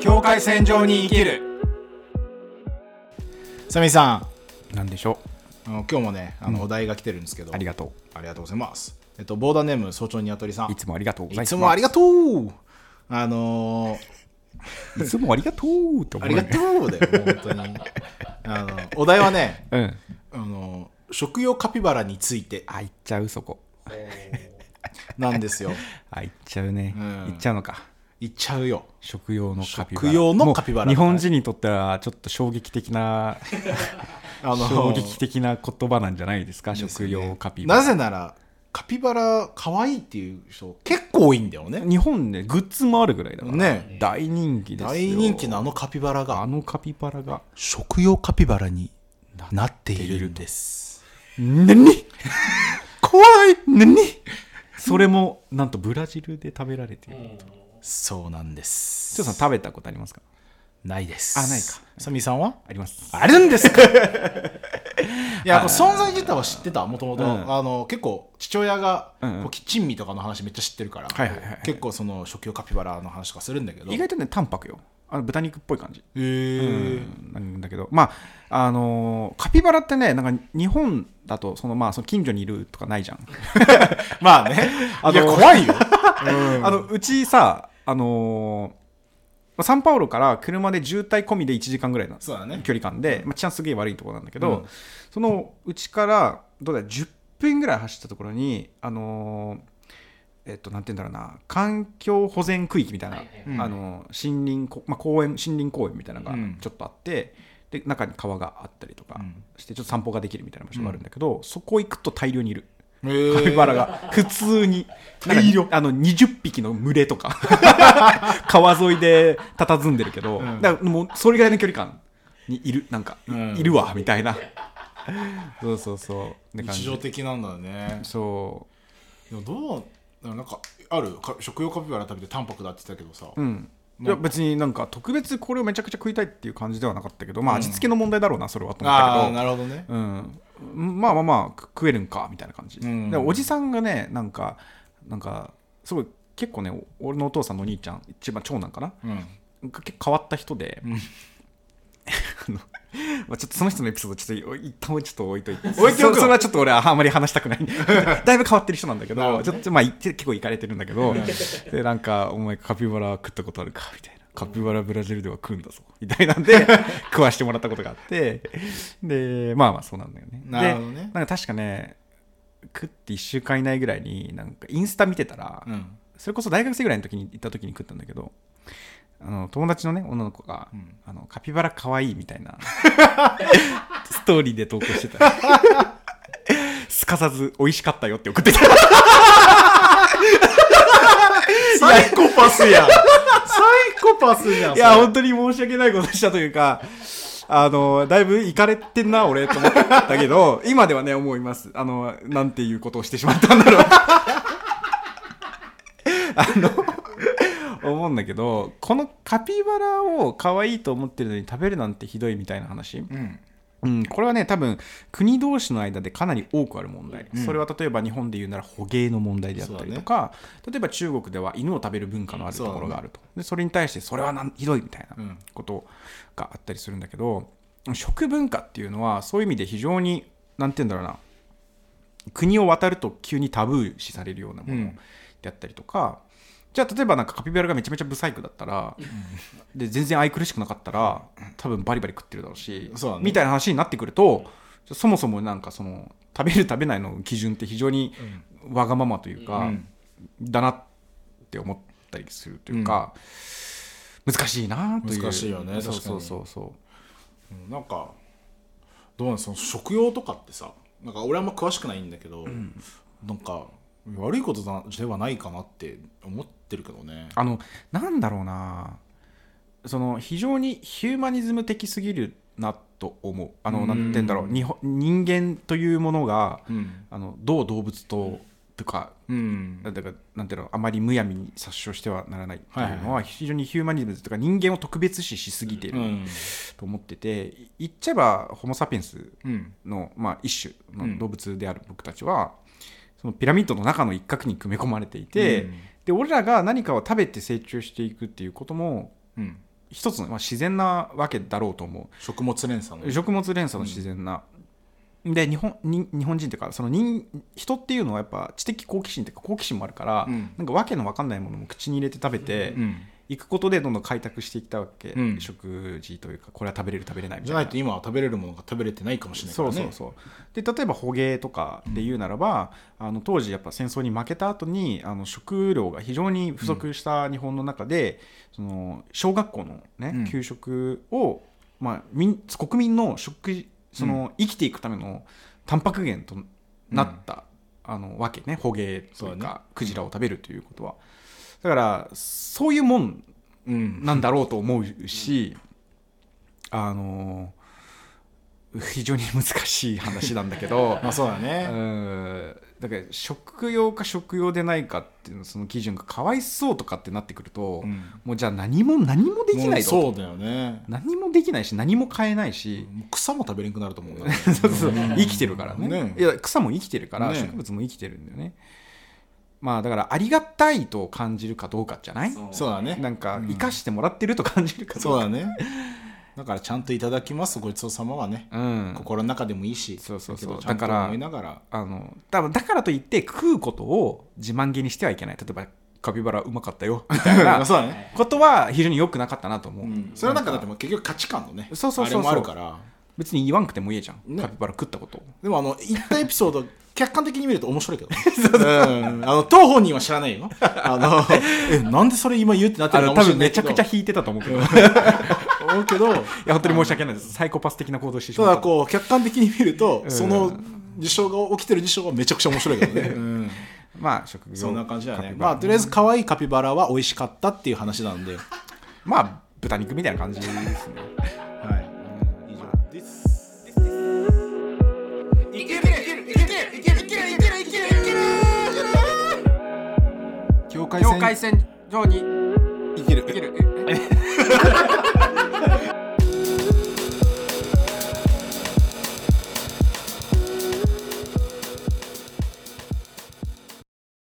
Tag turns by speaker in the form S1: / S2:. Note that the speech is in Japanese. S1: 境界線上に生きるサミさん
S2: なんでしょ
S1: あの今日もねあのお題が来てるんですけど、
S2: うありがと
S1: ありがとうございますえっとボーダーネーム早朝にあとりさん
S2: ういつもありがとうござい
S1: い
S2: ます
S1: つもありがとうあのー
S2: いつもありがとうって思
S1: あ
S2: う
S1: り
S2: よ
S1: が
S2: ね
S1: とうだよ本当にあのお題はね
S2: うん
S1: あの食用カピバラについて
S2: あ行っちゃうそこ
S1: なんですよ
S2: あ行っちゃうね、
S1: うん
S2: 行っちゃうのか
S1: 言っちゃうよ
S2: 食用のカピバラ
S1: 食用のカピバラ
S2: もう日本人にとってはちょっと衝撃的な
S1: あの
S2: 衝撃的な言葉なんじゃないですか
S1: です
S2: 食
S1: よね
S2: 用カピバラ
S1: なぜならカピバラ可愛いっていう人結構多いんだよね
S2: 日本でグッズもあるぐらいだから
S1: ね
S2: 大人気ですよ
S1: 大人気のあのカピバラ
S2: あ
S1: が
S2: のカピバラが
S1: 食用カピバラになっているんです
S2: 何
S1: 怖い
S2: 何それもなんとブラジルで食べられている
S1: そうなんです
S2: ちょっと食べたことありますか
S1: ないです
S2: あないか
S1: サミーさんは
S2: あります
S1: あるんです かいやこう存在自体は知ってたもともと
S2: うん
S1: あの結構父親が
S2: うんうん
S1: こうキッチンミーとかの話めっちゃ知ってるから、
S2: はいはいはいはい
S1: 結構その食用カピバラの話とかするんだけど
S2: 意外とね淡白よあの豚肉っぽい感じ
S1: へー
S2: うんなんだけどまああのーカピバラってねなんか日本だとそのまあその近所にいるとかないじゃん、
S1: まあね
S2: あの
S1: いや 怖いよ、
S2: あのうちさあのーサンパウロから車で渋滞込みで1時間ぐらいなんです
S1: そうだね
S2: 距離感で、まあ、治安すげえ悪いところなんだけど、
S1: うん
S2: そのうちからどうだ10分ぐらい走ったところにあのーえっと、なんて言うんだろうな環境保全区域みたいな、
S1: うん
S2: あの森林こ、まあ、公園森林公園みたいなのが
S1: うん
S2: ちょっとあって、で中に川があったりとか
S1: うん
S2: してちょっと散歩ができるみたいな場所があるんだけど、そこ行くと大量にいる
S1: え
S2: カピバラが普通に
S1: 大量
S2: なんかあの20匹の群れとか 川沿いで佇んでるけど、
S1: うん
S2: だからもうそれぐらいの距離感にいるなんか、い
S1: うん
S2: いるわみたいなそうそうそうって感じ
S1: 日常的なんだね
S2: そ
S1: でもどうなんかあるか食用カピバラ食べて淡白だって言ってたけどさ、
S2: ううんい
S1: な
S2: や別になんか特別これをめちゃくちゃ食いたいっていう感じではなかったけど、まあ、
S1: うん
S2: 味付けの問題だろうなそれはと思った
S1: あ
S2: け
S1: あ
S2: ど
S1: なるほどね
S2: うん、まあまあまあく食えるんかみたいな感じ、
S1: うん
S2: でおじさんがねなんかなんかすごい結構ねお俺のお父さんのお兄ちゃん一番長男かな
S1: うん、
S2: が結構変わった人で、あのまあちょっとその人のエピソードちょっと一旦ちょっと置いといて
S1: 置いておくの
S2: そそれはちょっと俺はあんまり話したくない だいぶ変わってる人なんだけ
S1: なる
S2: ど
S1: ほど
S2: ちょっとまあい結構いかれてるんだけど
S1: ん
S2: でなんか「お前カピバラ食ったことあるか?」みたいな「カピバラブラジルでは食うんだぞ」みたいなん で食わしてもらったことがあってでまあまあそうなんだよね。
S1: なるほどね
S2: でなんか確かね食って1週間以内ぐらいになんかインスタ見てたら、
S1: うん
S2: それこそ大学生ぐらいの時に行った時に食ったんだけどあの友達のね女の子が、
S1: うん
S2: あのカピバラ可愛いみた いなストーリーで投稿してた すかさず美味しかったよって送ってきた
S1: サイコパスやんサイコパスやん
S2: いや
S1: それ
S2: 本当に申し訳ないことしたというかあのだいぶいかれてんな俺と思ったけど 今ではね思いますあのなんていうことをしてしまったんだろう あの思うんだけどこのカピバラを可愛いと思ってるのに食べるなんてひどいみたいな話、
S1: うん
S2: うん、これはね多分国同士の間でかなり多くある問題、
S1: うん
S2: それは例えば日本で言うなら捕鯨の問題であったりとか、例えば中国では犬を食べる文化のあるところがあるとそ,、でそれに対してそれはなんひどいみたいな
S1: うん
S2: ことがあったりするんだけど食文化っていうのはそういう意味で非常に何て言うんだろうな国を渡ると急にタブー視されるようなも
S1: う
S2: の
S1: ん
S2: であったりとか、じゃあ例えばなんかカピバラがめちゃめちゃブサイクだったら、で全然愛くるしくなかったら多分バリバリ食ってるだろうし
S1: そうだね
S2: みたいな話になってくるとじゃあそもそもなんかその食べる食べないの基準って非常にわがままというか、
S1: うん
S2: だなって思ったりするというか、難しいなという
S1: 難しいよね
S2: そう
S1: 確か
S2: そ
S1: に
S2: うそうそう
S1: うんなんかどうなんその食用とかってさなんか俺あんま詳しくないんだけど、なんか悪いことだではないかなって思ってるけどね
S2: あのなんだろうなその非常にヒューマニズム的すぎるなと思うあのなんて言うんだろう
S1: うん
S2: 日本人間というものが
S1: うん
S2: あのどう動物ととか
S1: うん
S2: だからなんていうのあまりむやみに殺傷してはならないって
S1: は
S2: い
S1: い
S2: う
S1: はい
S2: のは非常にヒューマニズムとか人間を特別視しすぎていうる
S1: ん
S2: と思ってて、い言っちゃえばホモ・サピエンス
S1: うん
S2: の、まあ、一種
S1: うん
S2: の動物である僕たちは、そのピラミッドの中の一角に組み込まれていて、で俺らが何かを食べて成長していくっていうことも
S1: うん
S2: 一つの、まあ、自然なわけだろうと思
S1: 食物連鎖の
S2: う食物連鎖の自然な、で日本に日本人っていうかその人人っていうのはやっぱ知的好奇心っていうか好奇心もあるから、
S1: うん
S2: なんかわけのわかんないものも口に入れて食べて、
S1: うん
S2: 行くことでどんどん開拓していったわけ、
S1: うん
S2: 食事というかこれは食べれる食べれないみ
S1: じ
S2: た
S1: ゃ
S2: いな
S1: ないと今は食べれるものが食べれてないかもしれないか
S2: そ
S1: ら
S2: う
S1: ね
S2: そうそうで例えば捕鯨とかで言うならば、あの当時やっぱ戦争に負けた後にあの食料が非常に不足した日本の中で、その小学校の、ね
S1: うん
S2: 給食を、まあ、みん国民の食事その、生きていくためのタンパク源となった、あのわけね捕鯨と
S1: そ
S2: いうう
S1: だね
S2: かクジラを食べるということは。だからそういうもん
S1: うん
S2: なんだろうと思うし、あの非常に難しい話なんだけ ど
S1: まあそうだ
S2: う
S1: ね
S2: んだから食用か食用でないかっていうのその基準がかわいそうとかってなってくると、
S1: うん
S2: もうじゃあ何も何もできないぞと
S1: もうそうだよね
S2: 何もできないし何も買えないし、
S1: もう草も食べれなくなると思うん だ
S2: そうそう生きてるからね
S1: ね
S2: いや草も生きてるから、
S1: ね
S2: 植物も生きてるんだよねまあだからありがたいと感じるかどうかじゃない
S1: そうだね
S2: なんか
S1: うん
S2: 生かしてもらってると感じるかどうか
S1: そうだねだからちゃんといただきますごちそうさまはね、
S2: うん、
S1: 心の中でもいいし
S2: そうそうそう
S1: だけどちゃんと
S2: だから
S1: 思いながら
S2: あの多分だからといって食うことを自慢げにしてはいけない例えばカピバラうまかったよみたいな
S1: そうだね、
S2: ことは非常に良くなかったなと思う、
S1: それはなんかだってもう結局価値観のね
S2: そうそうそうそう
S1: あれもあるから
S2: 別に言わんくてもいいじゃん、
S1: ね
S2: カピバラ食ったこと
S1: でもあの言ったエピソード客観的に見ると面白いけどね、うん、あの当本人は知らないよ あのえなんでそれ今言うってなって
S2: あ
S1: るの
S2: の
S1: か
S2: 多
S1: も
S2: 分
S1: しれな
S2: め
S1: い
S2: ち
S1: け
S2: ゃ
S1: ど
S2: くちゃ引いてたと思うけどい
S1: 思うけど
S2: や本当に申し訳ないですサイコパス的な行動をしてしたま
S1: だ
S2: った
S1: こう客観的に見ると、
S2: うん
S1: その事象が起きてる事象がめちゃくちゃ面白いけどね、 うん
S2: まあ職業
S1: そんな感じだよ
S2: カ
S1: ね
S2: ピバ
S1: ま
S2: ラ
S1: あとりあえず可愛いカピバラは美味しかったっていう話なんで
S2: まあ豚肉みたいな感じですね
S1: はい以上です
S3: いけるいけるいけるいけるいけるいけるいけるいける
S1: 境界
S3: 境界線上に
S1: 生きる
S3: いける